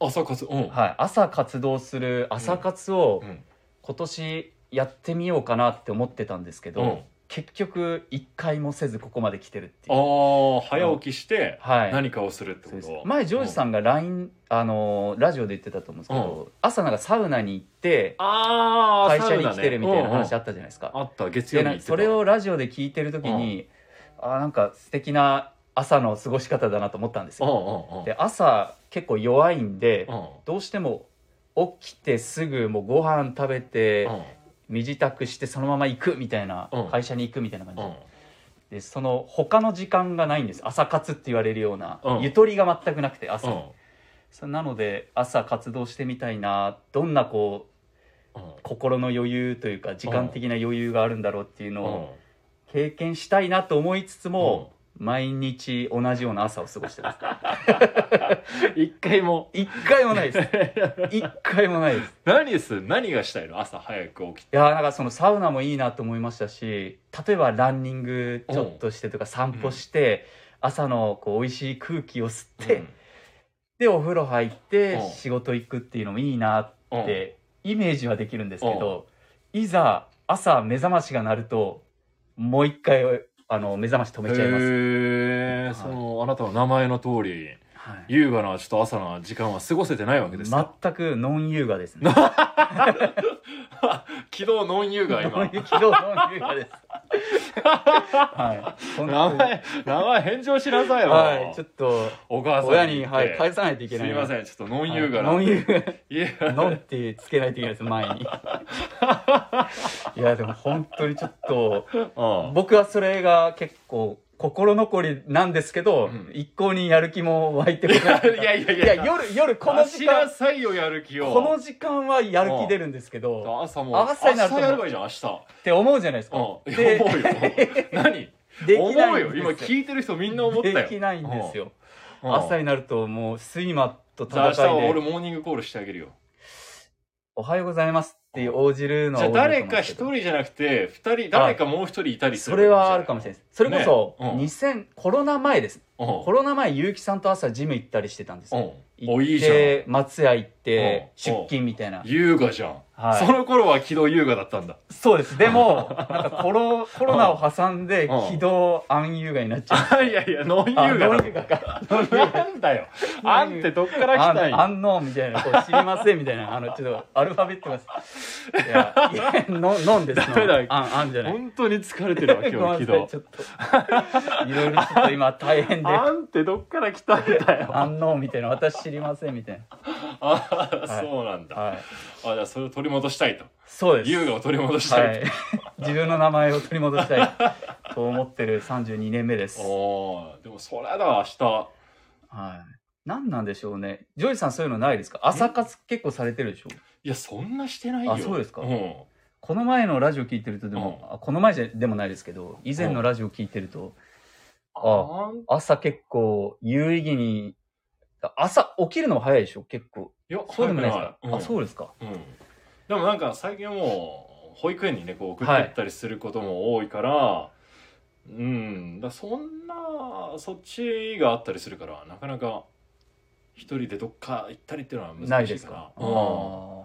Speaker 1: 朝活うん、
Speaker 2: はい、朝活動する朝活を
Speaker 1: うん
Speaker 2: 今年やってみようかなって思ってたんですけど、
Speaker 1: うん
Speaker 2: 結局一回もせずここまで来てるっていう。
Speaker 1: ああ早起きして
Speaker 2: はい、
Speaker 1: 何かをするって
Speaker 2: そう
Speaker 1: こ
Speaker 2: で
Speaker 1: と
Speaker 2: す前ジョージさ
Speaker 1: うん
Speaker 2: が LINE、あのーラジオで言ってたと思うんですけど、朝なんかサウナに行って
Speaker 1: ああ
Speaker 2: 会社に来てるみたいな話あ
Speaker 1: あ
Speaker 2: ったじゃないですか、
Speaker 1: った月曜日に
Speaker 2: で
Speaker 1: 行
Speaker 2: な
Speaker 1: っ
Speaker 2: んか
Speaker 1: てた
Speaker 2: それをラジオで聞いてる時に、あーなんか素敵な朝の過ごし方だなと思ったんです
Speaker 1: うん
Speaker 2: よ、
Speaker 1: うんうん
Speaker 2: で朝結構弱いんで、
Speaker 1: う
Speaker 2: どうしても起きてすぐもうご飯食べて、
Speaker 1: ん
Speaker 2: 身支度してそのまま行くみたいな、
Speaker 1: うん
Speaker 2: 会社に行くみたいな感じ
Speaker 1: う
Speaker 2: で,、
Speaker 1: ん
Speaker 2: その他の時間がないんです朝活って言われるような、
Speaker 1: うん
Speaker 2: ゆとりが全くなくて朝、
Speaker 1: うん
Speaker 2: そうなので朝活動してみたいなどんなこう
Speaker 1: うん
Speaker 2: 心の余裕というか時間的な余裕があるんだろうっていうのを、
Speaker 1: うん
Speaker 2: 経験したいなと思いつつも、
Speaker 1: う
Speaker 2: 毎日同じような朝を過ごして ます。
Speaker 1: ん一回も
Speaker 2: 一回もないです。一回もないです。
Speaker 1: 何です何がしたいの朝早く起きて
Speaker 2: いやーなんかそのサウナもいいなと思いましたし、例えばランニングちょっとしてとか散歩して、朝のこう美味しい空気を吸って、でお風呂入って
Speaker 1: うん
Speaker 2: 仕事行くっていうのもいいな
Speaker 1: うんうん
Speaker 2: ってイメージはできるんですけど、いざ朝目覚ましが鳴るともう一回あの目覚まし止めちゃいます。
Speaker 1: へえ
Speaker 2: はい
Speaker 1: そのあなたの名前の通り
Speaker 2: はい
Speaker 1: 優雅なちょっと朝の時間は過ごせてないわけですか
Speaker 2: 全くノン優雅ですね。
Speaker 1: 軌道ノン優雅 今
Speaker 2: 昨日の優雅です。はい。そんな
Speaker 1: 名前名前返上しなさいよ、
Speaker 2: はい。ちょっと、
Speaker 1: お母さん
Speaker 2: 親
Speaker 1: 言っ
Speaker 2: に、
Speaker 1: て
Speaker 2: はい、返さないといけ
Speaker 1: す
Speaker 2: ない。
Speaker 1: みませ
Speaker 2: ん。
Speaker 1: んちょっとノン優雅な、
Speaker 2: ノン
Speaker 1: い
Speaker 2: 優
Speaker 1: や
Speaker 2: 雅。ノンってつけないといけないです、前 に。いや、でも本当にちょっと、
Speaker 1: うん
Speaker 2: 僕はそれが結構、心残りなんですけど、
Speaker 1: うん
Speaker 2: 一向にやる気も湧いてこな い
Speaker 1: い。やいやいや
Speaker 2: いや、夜、夜、この
Speaker 1: 貸し
Speaker 2: 時
Speaker 1: な
Speaker 2: 間、
Speaker 1: さいよやる気を
Speaker 2: この時間はやる気出るんですけど、
Speaker 1: 朝も
Speaker 2: 朝になると
Speaker 1: 朝やればいいじゃん明日
Speaker 2: って思うじゃない ですか。
Speaker 1: うんい
Speaker 2: で
Speaker 1: や思うよ何
Speaker 2: で
Speaker 1: 思
Speaker 2: き
Speaker 1: う
Speaker 2: ないん
Speaker 1: よ
Speaker 2: です
Speaker 1: 今聞いてる人みんな思ったよ
Speaker 2: できないんですよ。
Speaker 1: うん
Speaker 2: 朝になるともう睡魔と
Speaker 1: じゃあ
Speaker 2: 戦
Speaker 1: 明日はい俺
Speaker 2: で
Speaker 1: モーニングコールしてあげるよ
Speaker 2: 「おはようございます」って応じるの
Speaker 1: じ
Speaker 2: は
Speaker 1: ゃあ
Speaker 2: 応じる
Speaker 1: 誰
Speaker 2: と思うん
Speaker 1: か
Speaker 2: です
Speaker 1: 一
Speaker 2: けど
Speaker 1: 人じゃなくて二人誰かもう一人いたりする
Speaker 2: それはあるかもしれないですそれこそ
Speaker 1: ねうん
Speaker 2: 2000コロナ前です
Speaker 1: うん
Speaker 2: コロナ前結城さんと朝ジム行ったりしてたんですよ
Speaker 1: うんおい
Speaker 2: 行
Speaker 1: い
Speaker 2: っ
Speaker 1: じゃん
Speaker 2: て松屋行っ
Speaker 1: うん
Speaker 2: て出勤みたいな
Speaker 1: 優雅じゃん、
Speaker 2: はい
Speaker 1: その頃は軌道優雅だったんだ
Speaker 2: そうですでもなんかコ ロコロナを挟んで
Speaker 1: うん
Speaker 2: 軌道暗遊外になっちゃう
Speaker 1: あいやいやノン優
Speaker 2: あ
Speaker 1: 雅
Speaker 2: ノ
Speaker 1: だ
Speaker 2: ン優雅か
Speaker 1: なんだよあんってどっから来たん
Speaker 2: 安
Speaker 1: や
Speaker 2: 安納みたいなこう知りませんみたいなあのちょっとアルファベットがいやいやの飲んです
Speaker 1: ダメだ
Speaker 2: あんあんじゃない
Speaker 1: 本当に疲れてるわ
Speaker 2: ごめん
Speaker 1: 今
Speaker 2: な
Speaker 1: 日軌
Speaker 2: さい
Speaker 1: 道
Speaker 2: ちょっといろいろちょっと今大変で
Speaker 1: あんってどっから来たんだよ
Speaker 2: 安納みたいな私知りませんみたい
Speaker 1: あー
Speaker 2: はい
Speaker 1: そうなんだ、
Speaker 2: なはい
Speaker 1: あじゃあそれを取り戻したいと
Speaker 2: そうです
Speaker 1: 優雅を取り戻した
Speaker 2: はいい 自分の名前を取り戻したいと思ってる32年目です
Speaker 1: と、おーでもそれだ明日
Speaker 2: はい、何なんでしょうねジョージさんそういうのないですか朝活結構されてるでしょ
Speaker 1: いやそんなしてないよ
Speaker 2: あそうですか
Speaker 1: ん、
Speaker 2: この前のラジオ聞いてるとでも、あこの前じゃでもないですけど以前のラジオ聞いてると、
Speaker 1: あ
Speaker 2: あ
Speaker 1: ん
Speaker 2: 朝結構有意義に朝起きるのは早いでしょ結構
Speaker 1: いや
Speaker 2: そうでもないですか、
Speaker 1: うん
Speaker 2: あそうですか
Speaker 1: うん、でもなんか最近はもう保育園にねこう送ってったりすることも多いから、うんだからそんなそっちがあったりするからなかなか一人でどっか行ったりっていうのは
Speaker 2: な
Speaker 1: 難
Speaker 2: い
Speaker 1: し
Speaker 2: で
Speaker 1: い
Speaker 2: す
Speaker 1: か、
Speaker 2: からあー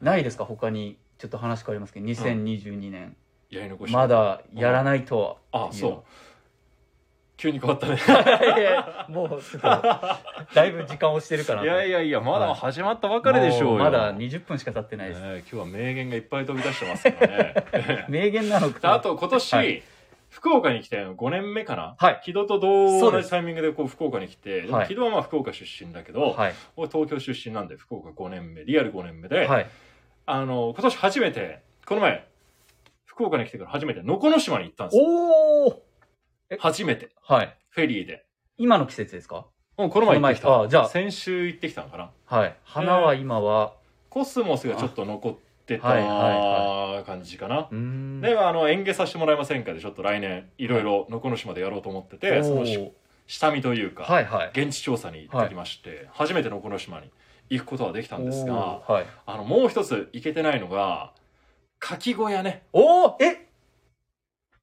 Speaker 2: ないですか他にちょっと話変わりますけど2022年、
Speaker 1: やり残し
Speaker 2: まだやらないとは
Speaker 1: あ
Speaker 2: ってい
Speaker 1: そう
Speaker 2: の
Speaker 1: 急に変わった ね
Speaker 2: いやいやもうすぐだいぶ時間押してるから
Speaker 1: いやい
Speaker 2: や
Speaker 1: やいやまだ始まったばかりでしょうよ
Speaker 2: まだ20分しか経ってないです、
Speaker 1: ね今日は名言がいっぱい飛び出してますから ね
Speaker 2: 名言なのか
Speaker 1: あと今年、
Speaker 2: は
Speaker 1: 福岡に来て5年目かな、
Speaker 2: はい
Speaker 1: 木戸と同
Speaker 2: そう
Speaker 1: 同
Speaker 2: で
Speaker 1: じ
Speaker 2: す
Speaker 1: タイミングでこう福岡に来て、でも
Speaker 2: はい
Speaker 1: 木戸はまあ福岡出身だけど、
Speaker 2: はい
Speaker 1: 俺東京出身なんで福岡5年目リアル5年目で、
Speaker 2: はい
Speaker 1: あの今年初めてこの前福岡に来てから初めて能古島に行ったんですよ
Speaker 2: おおえ
Speaker 1: 初めて
Speaker 2: はい
Speaker 1: フェリーで
Speaker 2: 今の季節ですか
Speaker 1: もうこの前行ってき
Speaker 2: この前あ
Speaker 1: た
Speaker 2: じゃあ
Speaker 1: 先週行ってきたのかな
Speaker 2: はい花は今は、
Speaker 1: コスモスがちょっと残ってた
Speaker 2: はいは
Speaker 1: 感じかな、
Speaker 2: うーん
Speaker 1: であの園芸させてもらえませんかでちょっと来年いろいろ能古島でやろうと思っててそ
Speaker 2: お
Speaker 1: のし
Speaker 2: ー
Speaker 1: 下見というか、
Speaker 2: はいはい
Speaker 1: 現地調査に行ってきまして、初めてのこの島に行くことはできたんですが
Speaker 2: おーはい
Speaker 1: あのもう一つ行けてないのが柿小屋ね
Speaker 2: おおえ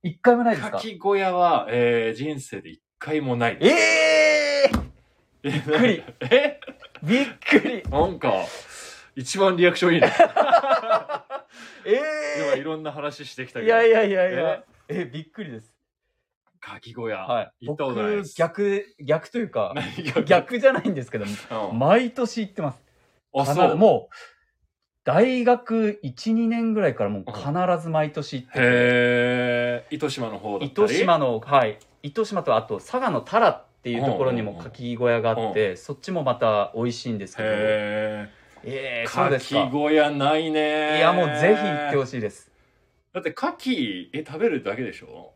Speaker 2: 一回もないですか
Speaker 1: 柿小屋は、えー人生で一回もない
Speaker 2: ええ
Speaker 1: びっ
Speaker 2: くり
Speaker 1: え
Speaker 2: ー、びっくり
Speaker 1: なんか一番リアクションいい ね今
Speaker 2: え
Speaker 1: いろんな話してきた
Speaker 2: え
Speaker 1: け
Speaker 2: い
Speaker 1: ど
Speaker 2: やいやいやいやえびっくりです
Speaker 1: 柿小屋、
Speaker 2: はい
Speaker 1: 行ったことないで
Speaker 2: 僕
Speaker 1: す
Speaker 2: 逆逆というか
Speaker 1: 逆
Speaker 2: 逆じゃないんですけども
Speaker 1: うん
Speaker 2: 毎年行ってます
Speaker 1: あ
Speaker 2: 必
Speaker 1: そう
Speaker 2: もう大学12年ぐらいからもう必ず毎年行ってて
Speaker 1: へえ糸島の方だったり
Speaker 2: 糸島のはい糸島とあと佐賀の太良っていうところにも柿小屋があってそっちもまた美味しいんですけどえ
Speaker 1: へ
Speaker 2: え
Speaker 1: え
Speaker 2: そうです
Speaker 1: 柿
Speaker 2: か
Speaker 1: 小屋ないね
Speaker 2: いやもうぜひ行ってほしいです
Speaker 1: だって牡蠣え食べるだけでしょ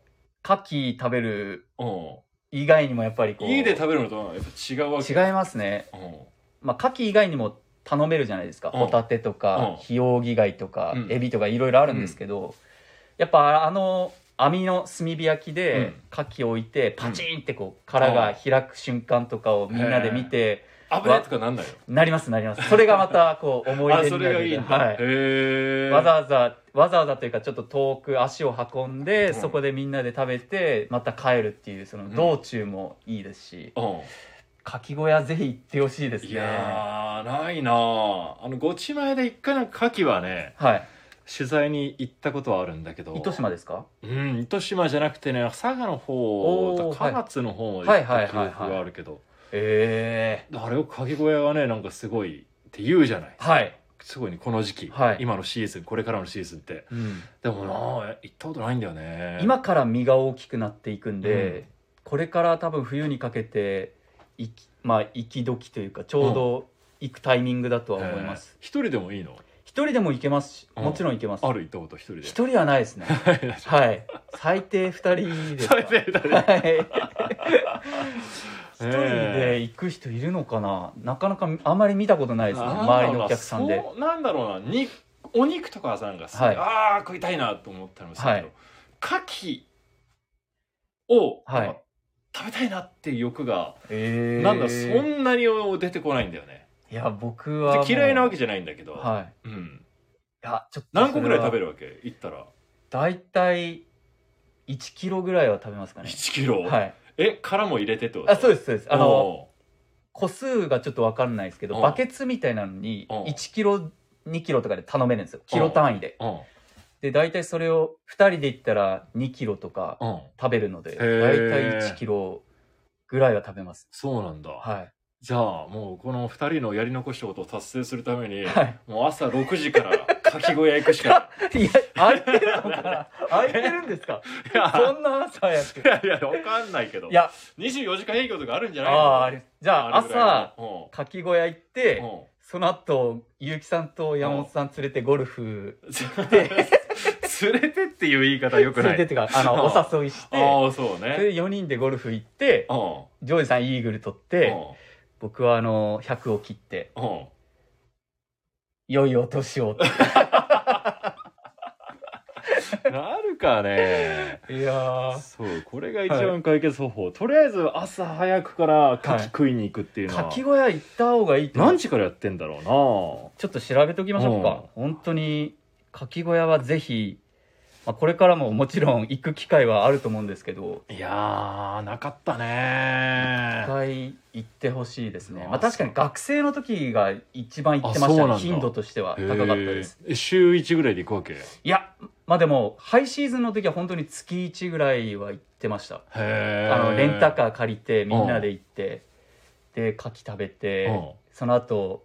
Speaker 2: 牡蠣食べる
Speaker 1: う
Speaker 2: 以外にもやっぱりこ
Speaker 1: ん
Speaker 2: う
Speaker 1: 家で食べるのとはやっぱ違うわけ
Speaker 2: 違いますね
Speaker 1: うん
Speaker 2: まあ牡蠣以外にも頼めるじゃないですか
Speaker 1: うん
Speaker 2: ホタテと
Speaker 1: うん
Speaker 2: かヒオウギ貝とか
Speaker 1: うん
Speaker 2: エビとかいろいろあるんですけどやっぱあの網の炭火焼き
Speaker 1: う
Speaker 2: で
Speaker 1: ん
Speaker 2: 牡蠣を置いてパチンってこう殻が開く瞬間とかをみんなで見て
Speaker 1: 危ないとかなんないの
Speaker 2: なりますなりますそれがまた こう思い
Speaker 1: あ
Speaker 2: 出
Speaker 1: そ
Speaker 2: にな
Speaker 1: れがいい
Speaker 2: る
Speaker 1: んだ、
Speaker 2: は
Speaker 1: へ
Speaker 2: い
Speaker 1: え
Speaker 2: わざわざわざわざというかちょっと遠く足を運んで、
Speaker 1: うん
Speaker 2: そこでみんなで食べてまた帰るっていうその道中もいいですし、
Speaker 1: う
Speaker 2: かき小屋ぜひ行ってほしいです
Speaker 1: ん
Speaker 2: ね
Speaker 1: いやーないなーあのごち前で一回なんか牡蠣はね
Speaker 2: はい
Speaker 1: 取材に行ったことはあるんだけど
Speaker 2: 糸島ですか
Speaker 1: うん糸島じゃなくてね佐賀の方と
Speaker 2: おー
Speaker 1: か
Speaker 2: はい
Speaker 1: 唐津の方まで行った記
Speaker 2: はいはいはいはい
Speaker 1: 憶があるけど
Speaker 2: ええ
Speaker 1: あれを牡蠣小屋はねなんかすごいって言うじゃない
Speaker 2: はい、
Speaker 1: すごいねこの時期、
Speaker 2: はい
Speaker 1: 今のシーズンこれからのシーズンってでもなあ行ったことないんだよね
Speaker 2: 今から実が大きくなっていくんで、
Speaker 1: うん
Speaker 2: これから多分冬にかけていきまあ行き時というかちょうど行くタイミングだとは思います
Speaker 1: えー一人でもいいの
Speaker 2: 一、人でも行けますし
Speaker 1: うん
Speaker 2: もちろん行けます
Speaker 1: ある行ったこと一人で
Speaker 2: 一人はな いですねはい最低二人ですか
Speaker 1: 最低だね
Speaker 2: はい。一人で行く人いるのかな、なかなかあまり見たことないですね周りのお客さんで
Speaker 1: そうなんだろうなにお肉とかはなんかすごい、
Speaker 2: はい
Speaker 1: ああ食いたいなと思ったんですけど、
Speaker 2: はい
Speaker 1: 牡蠣を、
Speaker 2: はい
Speaker 1: なんか食べたいなっていう欲が、
Speaker 2: え
Speaker 1: なんだそんなに出てこないんだよね
Speaker 2: いや僕はもう
Speaker 1: で嫌いなわけじゃないんだけど、
Speaker 2: はい
Speaker 1: うん、
Speaker 2: いやちょっと
Speaker 1: 何個ぐらい食べ
Speaker 2: る
Speaker 1: るわけ行ったら
Speaker 2: 大体1キロぐらいは食べますかね
Speaker 1: 1キロ、
Speaker 2: はい
Speaker 1: え殻も入れてってこと
Speaker 2: あそう
Speaker 1: です
Speaker 2: ですそうですあの個数がちょっと分かんないですけ
Speaker 1: う
Speaker 2: ど
Speaker 1: ん
Speaker 2: バケツみたいなのに
Speaker 1: うん
Speaker 2: 1キロ2キロとかで頼めるんですよキロ単位で
Speaker 1: うん
Speaker 2: で大体それを2人で行ったら2キロとか
Speaker 1: うん
Speaker 2: 食べるので
Speaker 1: へ
Speaker 2: 大
Speaker 1: ー
Speaker 2: 体1キロぐらいは食べます
Speaker 1: そうなんだ、
Speaker 2: は
Speaker 1: じゃあもうこの2人のやり残したことを達成するために、
Speaker 2: いはい
Speaker 1: もう朝6時からかき小屋行くしか
Speaker 2: いや空いてるのかな空いてるんですか
Speaker 1: いや
Speaker 2: そんな朝早 く
Speaker 1: いやいやわかんないけど
Speaker 2: いや
Speaker 1: 24時間営業とかあるんじゃ
Speaker 2: あ
Speaker 1: ない
Speaker 2: ああれじゃあ
Speaker 1: あれぐら
Speaker 2: 朝
Speaker 1: いの
Speaker 2: かき小屋行って
Speaker 1: うんうん
Speaker 2: その後結城さんと山本さん連れてゴルフ
Speaker 1: 連れてっていう言い方よく
Speaker 2: 連
Speaker 1: ない
Speaker 2: れてってかあの
Speaker 1: うん
Speaker 2: お誘いして
Speaker 1: ああそう
Speaker 2: そ
Speaker 1: ね
Speaker 2: れで4人でゴルフ行って
Speaker 1: うん
Speaker 2: ジョージさんイーグル取っ
Speaker 1: うん
Speaker 2: て僕はあの100を切って
Speaker 1: うん
Speaker 2: 良いお年をって
Speaker 1: なるかね
Speaker 2: いや
Speaker 1: そうこれが一番解決方法、とりあえず朝早くから牡蠣食いに行くっていうのは、
Speaker 2: かき小屋行った方がいいって
Speaker 1: 何時からやってんだろ
Speaker 2: ちょっと調べておきましょうか、本当にかき小屋はぜひ、まあ、これからももちろん行く機会はあると思うんですけど
Speaker 1: うないやーなかったね
Speaker 2: 一回行ってほしいですね、ま
Speaker 1: あ
Speaker 2: あ、確かに学生の時が一番行って
Speaker 1: あ
Speaker 2: まし
Speaker 1: そう
Speaker 2: た
Speaker 1: なん
Speaker 2: ね
Speaker 1: だ
Speaker 2: 頻度としては高かったです
Speaker 1: へーえ週1ぐらいで行くわけへ
Speaker 2: いやまあでもハイシーズンの時は本当に月1ぐらいは行ってました
Speaker 1: え
Speaker 2: あのレンタカー借りてみんなで行ってで牡蠣食べてその後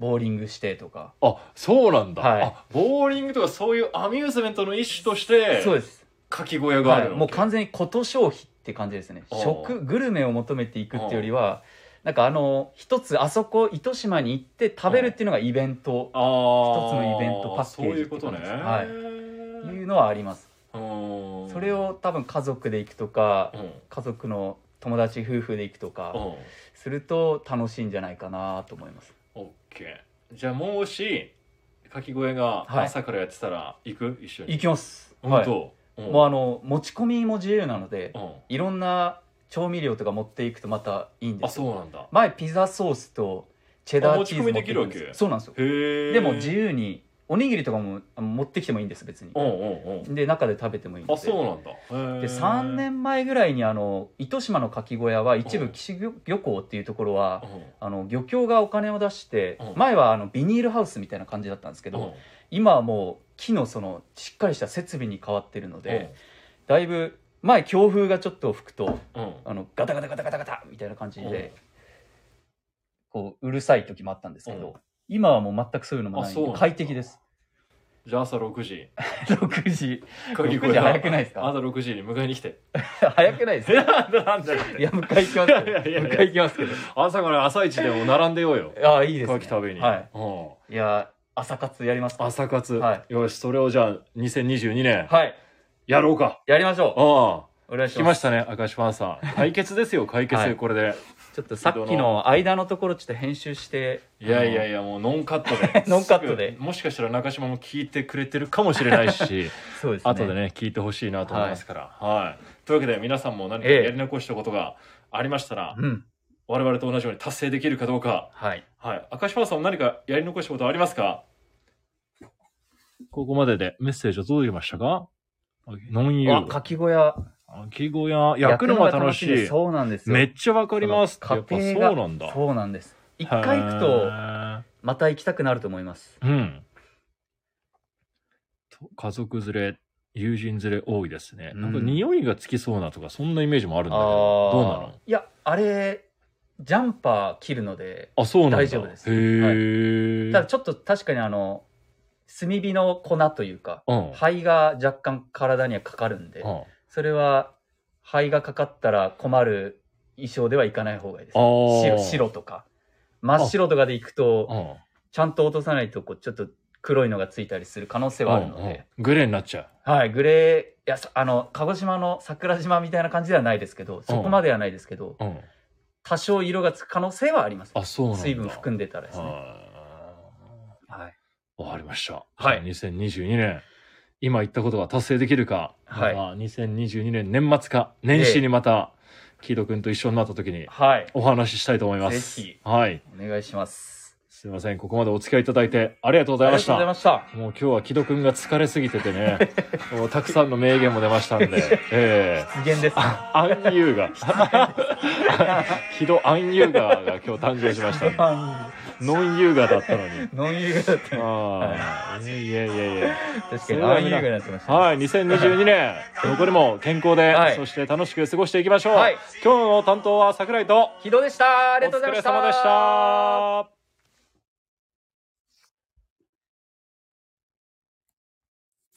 Speaker 2: ボーリングしてとか
Speaker 1: あそうなんだ、
Speaker 2: はい
Speaker 1: あボーリングとかそういうアミューズメントの一種として
Speaker 2: そうです
Speaker 1: かき小屋がある
Speaker 2: は
Speaker 1: の、
Speaker 2: いもう完全にこと消費って感じですね
Speaker 1: あー
Speaker 2: 食グルメを求めていくっていうよりはなんかあの一つあそこ糸島に行って食べるっていうのがイベント
Speaker 1: あー
Speaker 2: 一つのイベントパッケージ
Speaker 1: そういうことね、
Speaker 2: って感じですはいいう
Speaker 1: う
Speaker 2: のはあります
Speaker 1: ん
Speaker 2: それを多分家族で行くとか
Speaker 1: うんうん
Speaker 2: 家族の友達夫婦で行くとかすると楽しいんじゃないかなと思います
Speaker 1: オッケーじゃあもしかき小屋が
Speaker 2: はい
Speaker 1: 朝からやってたら行く一緒に
Speaker 2: 行きます
Speaker 1: 本
Speaker 2: はい
Speaker 1: 当、うん
Speaker 2: もうあの持ち込みも自由なので
Speaker 1: うん
Speaker 2: いろんな調味料とか持っていくとまたいいんで
Speaker 1: あ
Speaker 2: すよ
Speaker 1: そうなんだ
Speaker 2: 前ピザソースとチェダーチーズ
Speaker 1: あ持ち込みできるわけ
Speaker 2: 持っていくんですよそうなんですよ
Speaker 1: へえ
Speaker 2: でも自由におにぎりとかもあ持ってきてもいいんです別に
Speaker 1: うんうん
Speaker 2: で中で食べてもい
Speaker 1: う
Speaker 2: いん
Speaker 1: ん
Speaker 2: で
Speaker 1: あそうなんだへー
Speaker 2: で3年前ぐらいにあの糸島の牡蠣小屋は一部岸漁漁港っていうところは
Speaker 1: うん
Speaker 2: あの漁協がお金を出して
Speaker 1: うん
Speaker 2: 前はあのビニールハウスみたいな感じだったんですけ
Speaker 1: うん
Speaker 2: ど今はもう木のそのしっかりした設備に変わってるのでだいぶ前強風がちょっと吹くと
Speaker 1: うんうん
Speaker 2: あのガタガタガタガタガタみたいな感じでこううるさい時もあったんですけ
Speaker 1: うん
Speaker 2: ど今はもう全くそういうのもな
Speaker 1: あ
Speaker 2: い
Speaker 1: そうなんだ
Speaker 2: 快適です
Speaker 1: じゃあ朝6時
Speaker 2: 6時
Speaker 1: かき小
Speaker 2: 6時
Speaker 1: 屋
Speaker 2: 早くないですか
Speaker 1: 朝6時に迎えに来て
Speaker 2: 早 くない ですか
Speaker 1: なんだなんだ
Speaker 2: いや迎え行きます
Speaker 1: い
Speaker 2: けど
Speaker 1: やいやいや
Speaker 2: 迎え行きますけ
Speaker 1: 朝から朝一でも並んでようよ
Speaker 2: どああいいです
Speaker 1: か
Speaker 2: ね
Speaker 1: き食べに
Speaker 2: はい
Speaker 1: うん
Speaker 2: いや朝活やりますか
Speaker 1: 朝活、
Speaker 2: は
Speaker 1: よしそれをじゃあ2022年
Speaker 2: はい
Speaker 1: やろうか
Speaker 2: やりまし
Speaker 1: う
Speaker 2: ょ
Speaker 1: ん
Speaker 2: うお願い
Speaker 1: 聞
Speaker 2: し
Speaker 1: き
Speaker 2: ま
Speaker 1: ますしたね明石ファンさ ん解決ですよ解決、
Speaker 2: はい
Speaker 1: これで
Speaker 2: ちょっとさっきの間のところちょっと編集して
Speaker 1: いやい
Speaker 2: あ
Speaker 1: や
Speaker 2: の
Speaker 1: いやもうノンカットで
Speaker 2: ノンカットです
Speaker 1: ぐもしかしたら中島も聞いてくれてるかもしれないし
Speaker 2: そうですね
Speaker 1: 後でね聞いてほしいなと思いますからはい、というわけで皆さんも何か
Speaker 2: ええ
Speaker 1: やり残したことがありましたら、
Speaker 2: うん
Speaker 1: 我々と同じように達成できるかどうか
Speaker 2: はい
Speaker 1: はい明石ファンさんも何かやり残したことありますかここまででメッセージを届きましたかノンユ
Speaker 2: あ
Speaker 1: ー
Speaker 2: かき小屋
Speaker 1: 秋小屋焼くのが楽しい
Speaker 2: ですそうなんですよ
Speaker 1: めっちゃわかりますってやっぱそう
Speaker 2: 家庭が
Speaker 1: なんだ
Speaker 2: そうなんです一回行くと
Speaker 1: と
Speaker 2: また行きたくなると思います
Speaker 1: うんと家族連れ友人連れ多いですね、
Speaker 2: うん
Speaker 1: なんか匂いがつきそうなとかそんなイメージもあるんだけどどうなの
Speaker 2: あーいやあれジャンパー切るので
Speaker 1: あそうなんだ
Speaker 2: 大丈夫です
Speaker 1: へえ、
Speaker 2: ただちょっと確かにあの炭火の粉というか
Speaker 1: うん、
Speaker 2: 肺が若干体にはかかるんで
Speaker 1: うん
Speaker 2: それは肺がかかったら困る衣装ではいかない方がいいです
Speaker 1: あー
Speaker 2: 白白とか真っ白とかで行く
Speaker 1: う
Speaker 2: と
Speaker 1: ん
Speaker 2: ちゃんと落とさないとこうちょっと黒いのがついたりする可能性はあるので、
Speaker 1: うんうんグレーになっちゃ
Speaker 2: はい、グレーいやさあの鹿児島の桜島みたいな感じではないですけどそこまではないですけど、
Speaker 1: う、うん、
Speaker 2: 多少色がつく可能性はあります
Speaker 1: あそうなんだ
Speaker 2: 水分含んでたらですね
Speaker 1: は
Speaker 2: はい、
Speaker 1: いわかりました
Speaker 2: はい
Speaker 1: 2022年今言ったことが達成できるか、
Speaker 2: はい
Speaker 1: まあ2022年年末か年始にまた、キード君と一緒になった時に
Speaker 2: はい、
Speaker 1: お話ししたいと思います
Speaker 2: ぜひ
Speaker 1: はい
Speaker 2: お願いします
Speaker 1: すいませんここまでお付き合いいただいてありがとうご
Speaker 2: あ
Speaker 1: ざい
Speaker 2: り
Speaker 1: ま
Speaker 2: が
Speaker 1: し
Speaker 2: とう
Speaker 1: た
Speaker 2: ございました
Speaker 1: もう今日は木戸君が疲れすぎてて ねもうたくさんの名言も出ましたんでええ
Speaker 2: 無限 ですあ
Speaker 1: アンユーが 木戸アンユーガーが今日誕生しま したんでノンユーガーだったのに
Speaker 2: ノン優雅だった
Speaker 1: ああ、いやいやいやいや。
Speaker 2: 確かにああ優雅になってました、
Speaker 1: はい、2022年、残りも健康で、
Speaker 2: はい
Speaker 1: そして楽しく過ごしていきましょう。
Speaker 2: はい
Speaker 1: 今日の担当は桜井と、
Speaker 2: 木戸でしたあ
Speaker 1: あ
Speaker 2: りがとうございました
Speaker 1: お疲れ様でした。